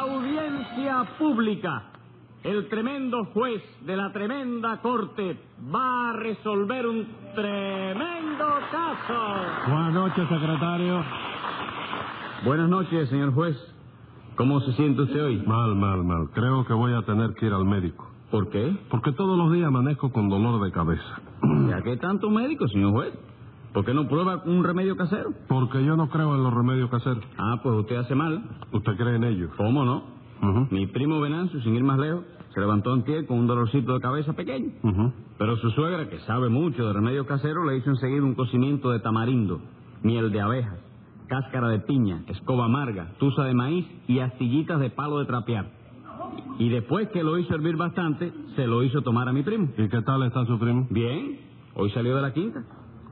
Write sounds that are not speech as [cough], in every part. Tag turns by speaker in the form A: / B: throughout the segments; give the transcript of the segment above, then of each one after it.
A: audiencia pública. El tremendo juez de la tremenda corte va a resolver un tremendo caso.
B: Buenas noches, secretario.
A: Buenas noches, señor juez. ¿Cómo se siente usted hoy?
B: Mal, mal, mal. Creo que voy a tener que ir al médico.
A: ¿Por qué?
B: Porque todos los días amanezco con dolor de cabeza.
A: ¿Ya que tanto médico, señor juez? ¿Por qué no prueba un remedio casero?
B: Porque yo no creo en los remedios caseros.
A: Ah, pues usted hace mal.
B: ¿Usted cree en ellos?
A: ¿Cómo no?
B: Ujú,
A: Mi primo Venancio, sin ir más lejos, se levantó antier con un dolorcito de cabeza pequeño.
B: ujú.
A: Pero su suegra, que sabe mucho de remedios caseros, le hizo enseguida un cocimiento de tamarindo, miel de abejas, cáscara de piña, escoba amarga, tusa de maíz y astillitas de palo de trapear. Y después que lo hizo hervir bastante, se lo hizo tomar a mi primo.
B: ¿Y qué tal está su primo?
A: Bien, hoy salió de la quinta.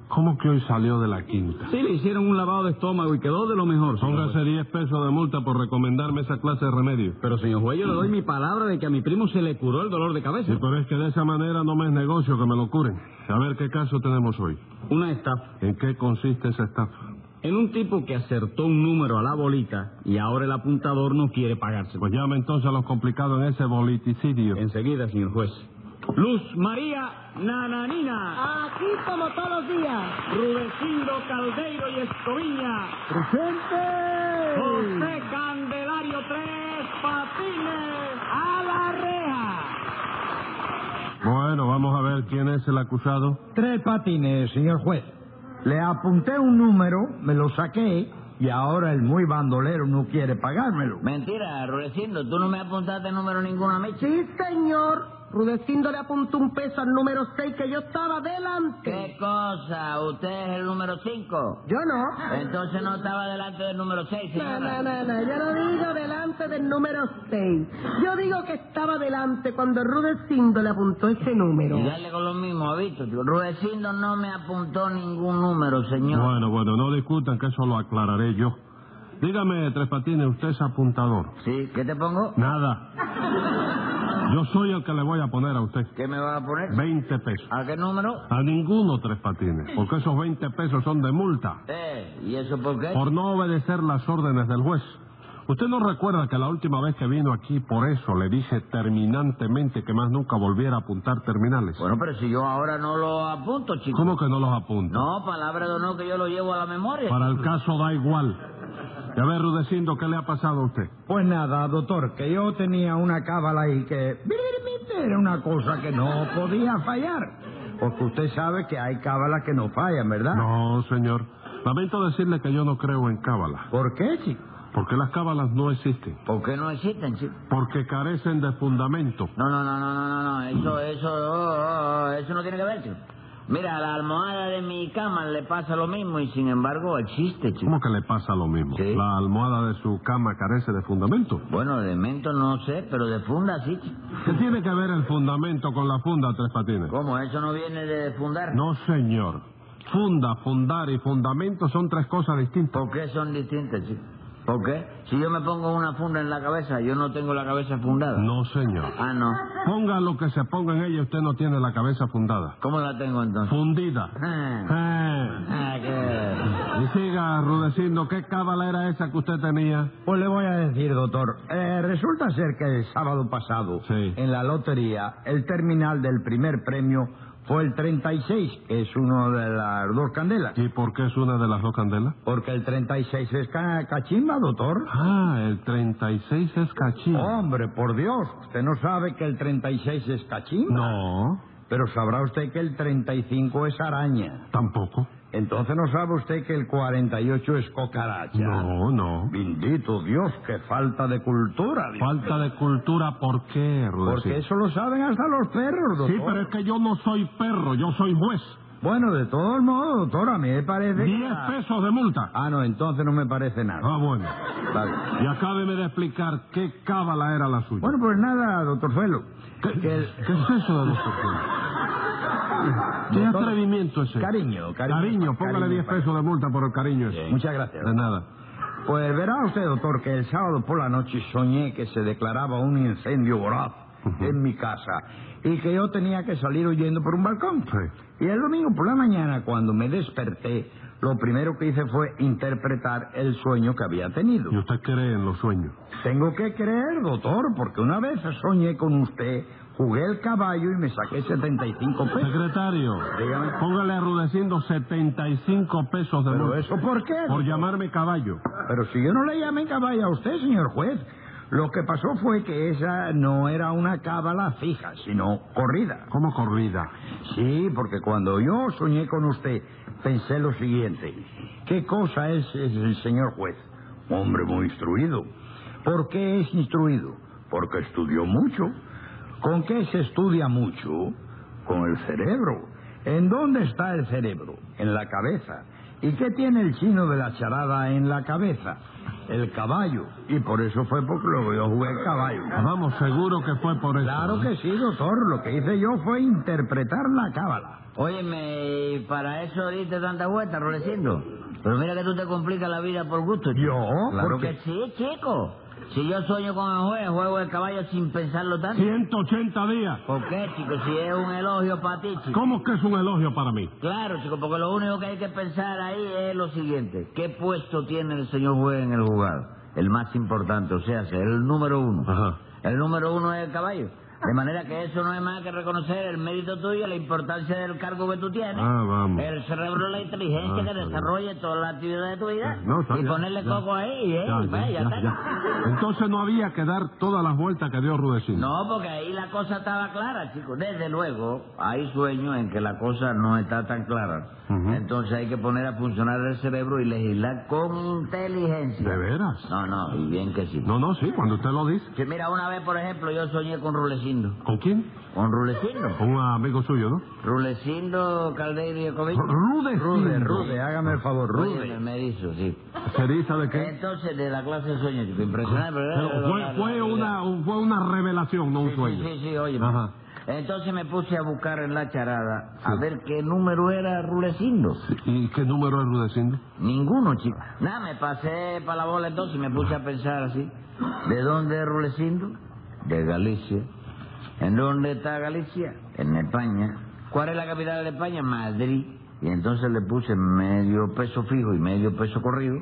B: ¿Cómo que hoy salió de la quinta?
A: Sí, le hicieron un lavado de estómago y quedó de lo mejor. señor
B: Póngase
A: juez.
B: 10 pesos de multa por recomendarme esa clase de remedio.
A: pues. Pero, señor juez, yo le doy mi palabra de que a mi primo se le curó el dolor de
B: Sí,
A: cabeza.
B: pero es que de esa manera no me es negocio que me lo curen. A ver qué caso tenemos hoy.
A: Una estafa.
B: ¿En qué consiste esa estafa?
A: En un tipo que acertó un número a la bolita y ahora el apuntador no quiere pagárselo.
B: Pues llame entonces a los complicados en ese politicidio.
A: Enseguida, señor juez. Luz María Nananina,
C: Aquí como todos los días.
A: Rudecindo Caldeiro y Escoviña,
C: ¡Presente!
A: José Candelario Tres Patines.
C: ¡A la reja!
B: Bueno, vamos a ver quién es el acusado.
D: Tres patines, señor juez. Le apunté un número, me lo saqué y ahora el muy bandolero no quiere pagármelo.
E: Mentira, Rudecindo, tú no me apuntaste número ninguno a mí.
C: Sí, señor. Rudecindo le apuntó un peso al número 6 que yo estaba delante.
E: ¿Qué cosa? Usted es el número 5.
C: Yo no.
E: Entonces no estaba delante del número 6,
C: No, no,
E: señora.
C: no, no, yo no digo delante del número 6. Yo digo que estaba delante cuando Rudecindo le apuntó ese número.
E: Y dale con lo mismo, ¿viste? Rudecindo no me apuntó ningún número, señor.
B: Bueno, bueno, no discutan que eso lo aclararé yo. Dígame, Tres Patines, usted es apuntador.
E: ¿Sí? ¿Qué te pongo?
B: Nada. Yo soy el que le voy a poner a usted.
E: ¿Qué me vas a poner?
B: 20 pesos.
E: ¿A qué número?
B: A ninguno, Tres Patines, porque esos 20 pesos son de multa.
E: Eh, ¿y eso por qué?
B: Por no obedecer las órdenes del juez. ¿Usted no recuerda que la última vez que vino aquí, por eso le dije terminantemente que más nunca volviera a apuntar terminales?
E: Bueno, pero si yo ahora no lo apunto, chico.
B: ¿Cómo que no los apunta?
E: No, palabra de honor que yo lo llevo a la memoria.
B: Para el caso da igual. Y a ver, Rudecindo, ¿qué le ha pasado a usted?
D: Pues nada, doctor, que yo tenía una cábala y que era una cosa que no podía fallar. Porque usted sabe que hay cábalas que no fallan,
E: Ah.
D: ¿verdad?
B: No, señor. Lamento decirle que yo no creo en cábalas.
D: ¿Por qué, chico?
B: Porque las cábalas no existen.
E: ¿Por qué no existen, chico?
B: Porque carecen de fundamento.
E: No, no, no, no, no, no, no, eso, eso, oh, oh, oh, eso no tiene que ver, chico. Mira, a la almohada de mi cama le pasa lo mismo y sin embargo existe, chico.
B: ¿Cómo que le pasa lo mismo?
E: Sí.
B: La almohada de su cama carece de fundamento.
E: Bueno, de mento no sé, pero de funda sí, chico.
B: ¿Qué tiene que ver el fundamento con la funda, Tres Patines?
E: ¿Cómo? ¿Eso no viene de fundar?
B: No, señor. Funda, fundar y fundamento son tres cosas distintas.
E: ¿Por qué son distintas, chico? ¿Por qué? Si yo me pongo una funda en la cabeza, yo no tengo la cabeza fundada.
B: No, señor.
E: Ah, no.
B: Ponga lo que se ponga en ella, usted no tiene la cabeza fundada.
E: ¿Cómo la tengo entonces?
B: Fundida.
E: Ah,
B: Eh.
E: ah, qué...
B: Y siga, Rudecindo, ¿qué cábala era esa que usted tenía?
D: Pues le voy a decir, doctor. Eh, resulta ser que el sábado pasado,
B: Sí.
D: en la lotería, el terminal del primer premio fue el 36, que es uno de las dos candelas.
B: ¿Y por qué es una de las dos candelas?
D: Porque el 36 es ca- cachimba, doctor.
B: Ah, el 36 es cachín.
E: Oh.
D: Hombre, por Dios, usted no sabe que el 36 es cachimba.
B: No,
D: Pero sabrá usted que el 35 es araña.
B: tampoco.
D: Entonces no sabe usted que el 48 es cucaracha.
B: No, no.
D: Bendito Dios, qué falta de cultura, Dios.
B: Falta de cultura, ¿por qué, Rudecindo?
D: Porque eso lo saben hasta los perros, doctor.
B: Sí, pero es que yo no soy perro, yo soy juez.
D: Bueno, de todos modos, doctor, a mí me parece... que-
B: Diez pesos de multa.
D: Ah, no, entonces no me parece nada.
B: Ah, bueno.
D: Vale.
B: Y acábeme de explicar qué cábala era la suya.
D: Bueno, pues nada, doctor Felo.
B: ¿Qué,
D: que el-
B: qué es eso de los ¿Qué
D: Doctor,
B: atrevimiento es ese?
D: Cariño, cariño.
B: póngale
D: Cariño,
B: 10 pesos de multa por el cariño ese.
D: Muchas gracias.
B: De nada.
D: Pues verá usted, doctor, que el sábado por la noche soñé que se declaraba un incendio voraz
A: en mi casa y que yo tenía que salir huyendo por un balcón. Y el domingo por la mañana, cuando me desperté, lo primero que hice fue interpretar el sueño que había tenido.
B: ¿Y usted cree en los sueños?
A: Tengo que creer, doctor, porque una vez soñé con usted, jugué el caballo y me saqué 75 pesos.
B: Secretario,
A: Dígame.
B: póngale a Rudecindo 75 pesos de
A: ¿Pero
B: multa
A: eso por qué?
B: por llamarme caballo.
A: Pero si yo no le llamé caballo a usted, señor juez, lo que pasó fue que esa no era una cábala fija, sino corrida.
B: ¿Cómo corrida?
A: Sí, porque cuando yo soñé con usted, pensé lo siguiente. ¿Qué cosa es, es el señor juez? Hombre muy instruido. ¿Por qué es instruido? Porque estudió mucho. ¿Con qué se estudia mucho? Con el cerebro. ¿En dónde está el cerebro? En la cabeza. ¿Y qué tiene el chino de la charada en la cabeza? El caballo. Y por eso fue porque lo yo jugué el caballo.
B: Ah, Vamos, seguro que fue por eso.
A: Claro
B: ¿eh?
A: que sí, doctor. Lo que hice yo fue interpretar la cábala.
D: Óyeme, ¿y para eso diste tanta vuelta, Rolecindo. Pero mira que tú te complicas la vida por gusto. chico.
A: ¿Yo?
D: Claro
A: ¿Por qué?
D: que sí, chico. Si yo sueño con el juez, juego el caballo sin pensarlo tanto.
B: 180 días.
D: ¿Por qué, chico? Si es un elogio para ti, chico.
B: ¿Cómo que es un elogio para mí?
D: Claro, chico, porque lo único que hay que pensar ahí es lo siguiente. ¿Qué puesto tiene el señor juez en el juzgado? El más importante, o sea, el número uno.
B: Ajá.
D: El número uno es el caballo. De manera que eso no es más que reconocer el mérito tuyo, la importancia del cargo que tú tienes.
B: Ah, vamos.
D: El cerebro, la inteligencia
B: Ah,
D: que
B: está bien. Ah,
D: desarrolle toda la actividad de tu vida.
B: No, está
D: y
B: ya,
D: ponerle
B: ya.
D: coco ahí y eh,
B: Ya,
D: pues,
B: ya,
D: ya
B: ya,
D: está.
B: ya. Entonces no había que dar todas las vueltas que dio Rudecindo.
D: No, porque ahí la cosa estaba clara, chicos. Desde luego, hay sueños en que la cosa no está tan clara.
B: Ujú.
D: Entonces hay que poner a funcionar el cerebro y legislar con inteligencia.
B: ¿De veras?
D: No, no, y bien que sí.
B: No, no, sí, cuando usted lo dice.
D: Que mira, una vez, por ejemplo, yo soñé con Rulecindo.
B: ¿Con quién?
D: ¿Con Rulecindo?
B: Con un amigo suyo, ¿no?
D: Rulecindo Caldeiro y Ecovic.
B: Rudecindo.
A: Rude, Rude, hágame el favor,
D: Rude,
A: Rude. Eh,
D: me hizo, sí.
B: ¿Ceriza de qué?
D: Entonces, de la clase de sueños, chico,
A: ah,
D: impresionante.
B: Pero
D: ¿verdad?
B: fue, fue, una, fue una revelación, no un
D: Sí,
B: sueño.
D: Sí, sí, sí, oye. pues.
B: Ajá.
D: Entonces me puse a buscar en la charada a ver qué número era Rulecindo.
B: ¿Y qué número es Rudecindo?
D: Ninguno, chico. Nada, me pasé para la bola entonces y me puse a pensar así. ¿De dónde es Rulecindo? De Galicia. ¿En dónde está Galicia? En España. ¿Cuál es la capital de España? Madrid. Y entonces le puse medio peso fijo y medio peso corrido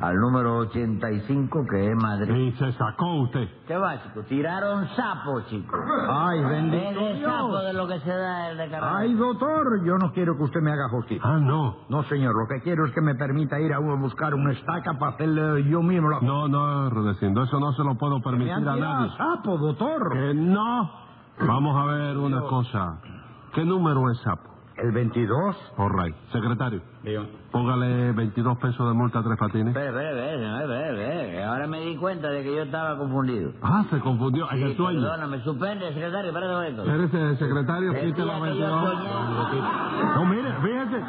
D: al número 85 que es Madrid.
B: Y se sacó usted.
D: ¿Qué va, chico? Tiraron sapo, chico.
A: Ay,
D: Es
A: bendito
D: de sapo
A: Dios.
D: de lo que se da el de carrera.
A: Ay, doctor, yo no quiero que usted me haga justicia.
B: Ah, no.
A: No, señor, lo que quiero es que me permita ir a buscar una estaca para hacerle yo mismo la...
B: No, no, Rudecindo, eso no se lo puedo
A: me
B: permitir
A: han
B: a
A: tirado
B: nadie.
A: a sapo, doctor.
B: Que no. Vamos a ver una cosa. ¿Qué número es sapo?
A: El 22.
B: All right. Secretario,
E: Digo,
B: póngale 22 pesos de multa a Tres Patines.
D: Espera, espera, espera, espera, espera, espera. Ahora me di cuenta de que yo estaba confundido.
B: Ah, se confundió en
D: Sí,
B: el sueño.
D: Perdóname, suspende, secretario, espérate un
A: Eh,
D: momento.
B: Espérese, secretario,
D: El
B: quite
D: día
B: los
D: que yo
B: 22.
D: soñé-
B: No, mire, fíjese.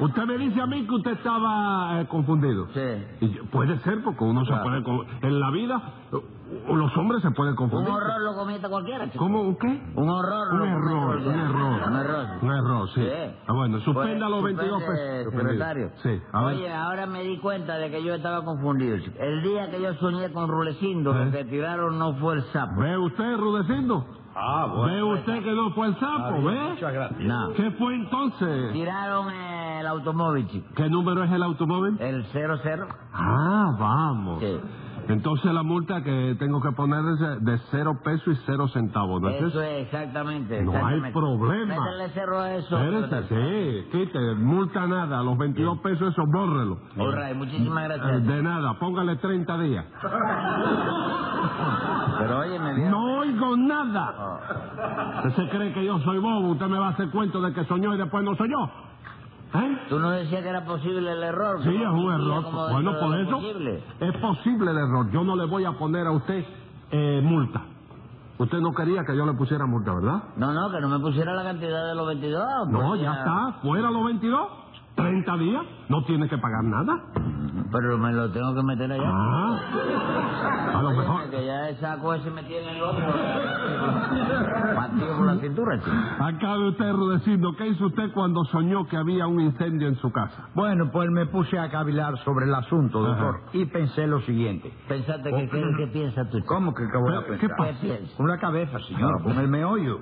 B: Usted me dice a mí que usted estaba eh, confundido.
D: Sí.
B: Y yo- puede ser, porque uno se puede... con- En la vida, u- u- los hombres se pueden
D: Un
B: confundir.
D: horror lo comienza cualquiera, chico.
B: ¿Cómo? ¿Un qué?
D: Un horror lo
B: Un
D: comete
B: error, un
D: cualquiera.
B: error.
D: Un error.
B: Un error, sí.
D: Sí.
B: Ah, bueno, suspenda
D: Pues,
B: los 22
D: suspende,
B: pesos.
D: Secretario.
B: Sí, a ver.
D: Oye, ahora me di cuenta de que yo estaba confundido. chico. El día que yo soñé con Rulecindo,
B: ¿Eh?
D: lo que tiraron no fue el sapo.
B: ¿Ve usted, Rudecindo?
A: Ah,
B: ¿Ve usted que no fue el sapo, ve?
A: gracias.
D: No.
B: ¿Qué fue entonces?
D: Tiraron eh, el automóvil, chico.
B: ¿Qué número es el automóvil?
D: El 00.
B: Ah, vamos.
D: Sí.
B: Entonces la multa que tengo que poner es de cero pesos y cero centavos, ¿no es
D: Eso
B: eso?
D: es, exactamente.
B: No hay
D: exactamente.
B: problema.
D: Métele cero a eso.
B: Espérese, sí, quite, multa nada, los 22 pesos eso, bórrelo.
D: All right, muchísimas
B: Eh,
D: gracias.
B: de nada, póngale 30 días.
D: Pero oye, me vieron.
B: No oigo nada.
D: Ah.
B: ¿Usted se cree que yo soy bobo? ¿Usted me va a hacer cuento de que soñó y después no soñó? ¿Eh?
D: Tú no decías que era posible el error.
B: Sí,
D: ¿no?
B: es un error.
D: Como
B: Bueno,
D: dentro
B: por
D: de lo
B: eso
D: posible.
B: es posible el error. Yo no le voy a poner a usted eh, multa. Usted no quería que yo le pusiera multa, ¿verdad?
D: No, no, que no me pusiera la cantidad de los pues 22.
B: No,
D: porque
B: ya está. Fuera los 22, 30 días, no tiene que pagar nada.
D: Pero me lo tengo que meter allá.
B: Ah, lo
D: Óyeme,
B: mejor.
D: Que ya el saco ese me tiene el otro. Partido por la cintura, chico.
B: Acabe usted, Rudecindo, ¿qué hizo usted cuando soñó que había un incendio en su casa?
A: Bueno, pues me puse a cavilar sobre el asunto, doctor,
B: Ajá.
A: y pensé lo siguiente.
D: Pensaste que qué, qué piensas tú. chico?
A: ¿Cómo que acabo de
B: Pero,
A: pensar?
B: ¿qué
D: pasa? ¿Qué piensas?
A: Con la cabeza,
B: Ah,
A: señor,
B: pues.
A: con el meollo.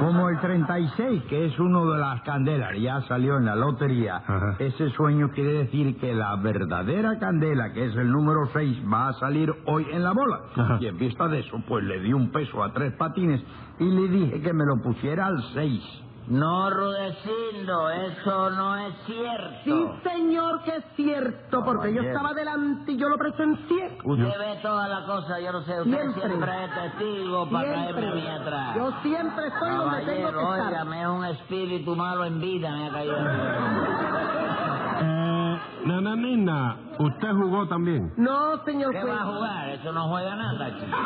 A: Como el 36, que es uno de las candelas, ya salió en la lotería.
B: Ajá.
A: Ese sueño quiere decir que la verdadera candela, que es el número 6, va a salir hoy en la bola.
B: Ajá.
A: Y en vista de eso, pues le di un peso a tres patines y le dije que me lo pusiera al 6.
D: No, Rudecindo, eso no es cierto.
C: Sí, señor, que es cierto, porque yo
A: Caballero.
C: estaba delante y yo lo presencié.
D: Usted ve toda la cosa, yo no sé, usted
C: Siempre.
D: siempre, es testigo para
C: Siempre.
D: caerme a mí atrás.
C: Yo siempre estoy donde
D: Caballero,
C: tengo que estar.
D: óigame, es un espíritu malo en vida, me ha caído.
B: Eh, nananina, ¿usted jugó también?
C: No, señor
D: ¿Qué
C: juez.
D: va a jugar? Eso no juega nada, chico.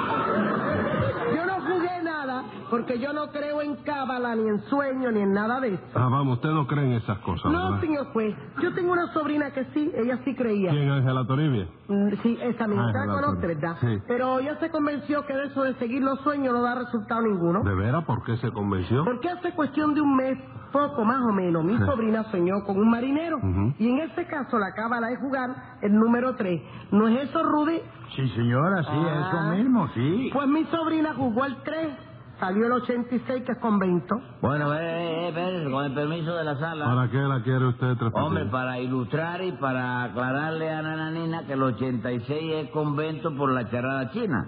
C: Yo no jugué nada porque yo no creo en cábala, ni en sueño, ni en nada de eso.
B: Ah, vamos, usted no cree en esas cosas,
C: No,
B: ¿verdad?
C: señor juez. Yo tengo una sobrina que sí, ella sí creía.
B: ¿Quién, Ángela Toribia?
C: Mm, Sí, esa
B: Ah,
C: misma,
B: es
C: la
B: verdad,
C: conoce,
B: Antonio.
C: ¿verdad?
B: Sí.
C: Pero ella se convenció que de eso de seguir los sueños no da resultado ninguno.
B: ¿De veras? ¿Por qué se convenció?
C: Porque hace cuestión de un mes, poco más o menos, mi
B: Sí.
C: sobrina soñó con un marinero.
B: Ujú.
C: Y en este caso la cábala de jugar el número 3. ¿No es eso, Rudy?
A: Sí, señora, sí,
C: Ah.
A: eso mismo, sí.
C: Pues mi sobrina jugó el 3, salió el 86, que es convento.
D: Bueno, eh, eh, espérese, con el permiso de la sala.
B: ¿Para qué la quiere usted, Tres
D: Hombre,
B: Patines?
D: para ilustrar y para aclararle a Nananina que el 86 es convento por la charada china,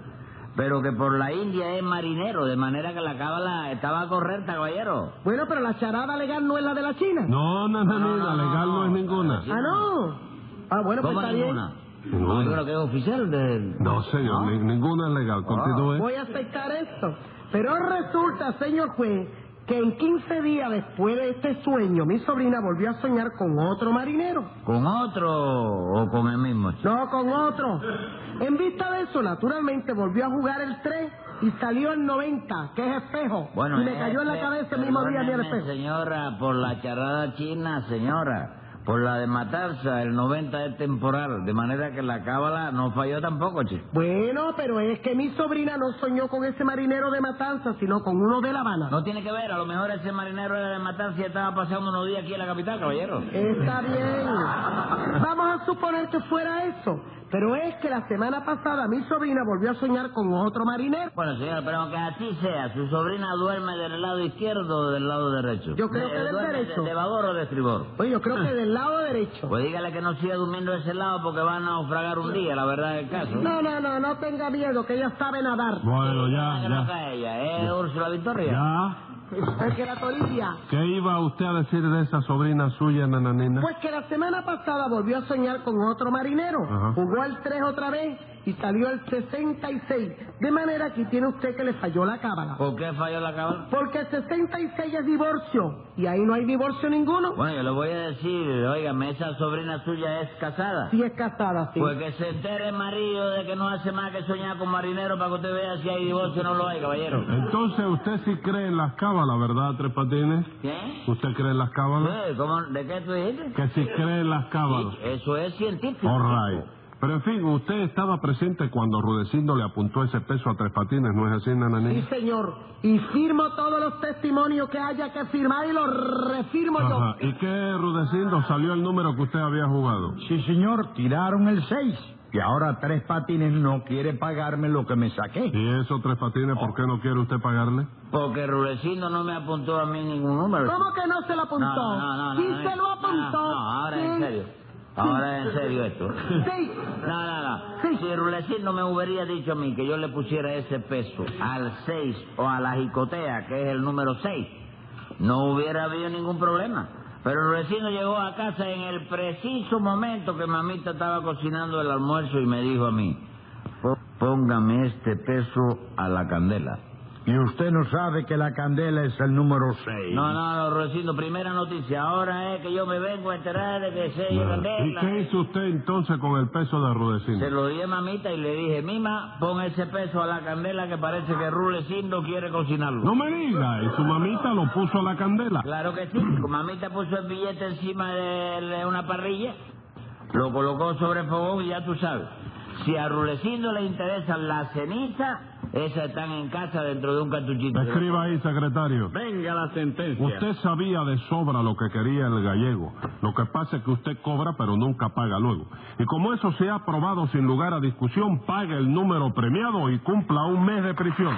D: pero que por la India es marinero, de manera que la cábala estaba correcta, caballero.
C: Bueno, pero la charada legal no es la de la China.
B: No,
D: No, no,
B: Nananina,
D: no,
B: legal no es
D: no.
B: ninguna.
C: Ah, no. Ah, bueno, pues
D: ¿Cómo
C: está bien.
D: ninguna?
B: Ninguna.
D: No, yo creo que es oficial del...
B: No, señor, ni- ninguna es legal. Continúe.
C: Voy a aceptar esto. Pero resulta, señor juez, que en 15 días después de este sueño, mi sobrina volvió a soñar con otro marinero.
D: ¿Con otro o con el mismo? chico?
C: No, con otro. En vista de eso, naturalmente volvió a jugar el 3 y salió el 90, que es espejo. y me
D: eh,
C: cayó en la
D: eh,
C: cabeza el mismo día a mí el
D: perdóneme,
C: espejo.
D: Señora, por la charada china, señora, por la de matarza, el 90 es temporal, de manera que la cábala no falló tampoco, chico.
C: Bueno, pero es que mi sobrina no soñó con ese marinero de Matanza, sino con uno de La Habana.
D: No tiene que ver, a lo mejor ese marinero era de Matanza y estaba pasando unos días aquí en la capital, caballero.
C: Está bien. Vamos a suponer que fuera eso. Pero es que la semana pasada mi sobrina volvió a soñar con otro marinero.
D: Bueno, señor, pero que así sea, su sobrina duerme del lado izquierdo o del lado derecho.
C: Yo creo que
D: Eh,
C: del
D: duerme
C: derecho.
D: ¿De, de babor o de estribor?
C: Pues yo creo que del lado derecho.
D: Pues dígale que no siga durmiendo de ese lado porque van a naufragar un día, la verdad del caso.
C: No, no, no, no tenga miedo, que ella sabe nadar.
B: Bueno,
D: No
B: ya,
D: que no
B: ya.
D: cae ella, ¿eh, Úrsula Victoria?
B: Ya.
C: Es que la Toribia.
B: ¿Qué iba usted a decir de esa sobrina suya, Nananina?
C: Pues que la semana pasada volvió a soñar con otro marinero.
B: Ajá.
C: Jugó al 3 otra vez y salió al 66. De manera que tiene usted que le falló la cábala.
D: ¿Por qué falló la cábala?
C: Porque el 66 es divorcio. Y ahí no hay divorcio ninguno.
D: Bueno, yo le voy a decir, óigame, esa sobrina suya es casada.
C: Si es casada, sí.
D: Pues que se entere el marido de que no hace más que soñar con marinero para que usted vea si hay divorcio o no lo hay, caballero.
B: Entonces usted sí cree en las cábalas, ¿verdad, Tres Patines?
D: ¿Qué?
B: ¿Usted cree en las cábalas?
D: Sí, ¿cómo? ¿De qué tú dijiste?
B: Que sí cree en las cábalas.
D: Eso es científico.
B: All right. Pero en fin, usted estaba presente cuando Rudecindo le apuntó ese peso a Tres Patines, ¿no es así,
C: Sí,
B: Nananina?
C: señor. Y firmo todos los testimonios que haya que firmar y los refirmo
B: Ajá.
C: yo.
B: ¿Y qué, Rudecindo? ¿Salió el número que usted había jugado?
A: Sí, señor, tiraron el 6. Y ahora Tres Patines no quiere pagarme lo que me saqué.
B: ¿Y eso, Tres Patines, por qué no quiere usted pagarle?
D: Porque Rudecindo no me apuntó a mí ningún número.
C: ¿Cómo que no se lo apuntó?
D: No, no, no. no,
C: sí,
D: no,
C: se
D: no,
C: lo apuntó.
D: No, no, ahora en
C: Sí.
D: serio. Ahora en serio esto.
C: [laughs] Sí.
D: No, no, no.
C: Sí.
D: Si Rudecindo me hubiera dicho a mí que yo le pusiera ese peso al 6 o a la jicotea, que es el número 6, no hubiera habido ningún problema. Pero Rudecindo llegó a casa en el preciso momento que mamita estaba cocinando el almuerzo y me dijo a mí, "Po- póngame este peso a la candela.
A: Y usted no sabe que la candela es el número 6.
D: No, no, no, Rudecindo, primera noticia. Ahora es que yo me vengo a enterar de que se
B: Ah. ¿Y
D: candela.
B: qué hizo usted entonces con el peso de Rudecindo?
D: Se lo di a mamita y le dije, Mima, pon ese peso a la candela que parece que Rulecindo quiere cocinarlo.
B: No me diga, y su mamita lo puso a la candela.
D: Claro que sí, como mamita puso el billete encima de, de una parrilla, lo colocó sobre el fogón y ya tú sabes. Si a Rulecindo le interesan las cenizas, esas están en casa dentro de un cartuchito.
B: Escriba ahí, secretario.
E: Venga la sentencia.
B: Usted sabía de sobra lo que quería el gallego. Lo que pasa es que usted cobra pero nunca paga luego. Y como eso se ha aprobado sin lugar a discusión, pague el número premiado y cumpla un mes de prisión.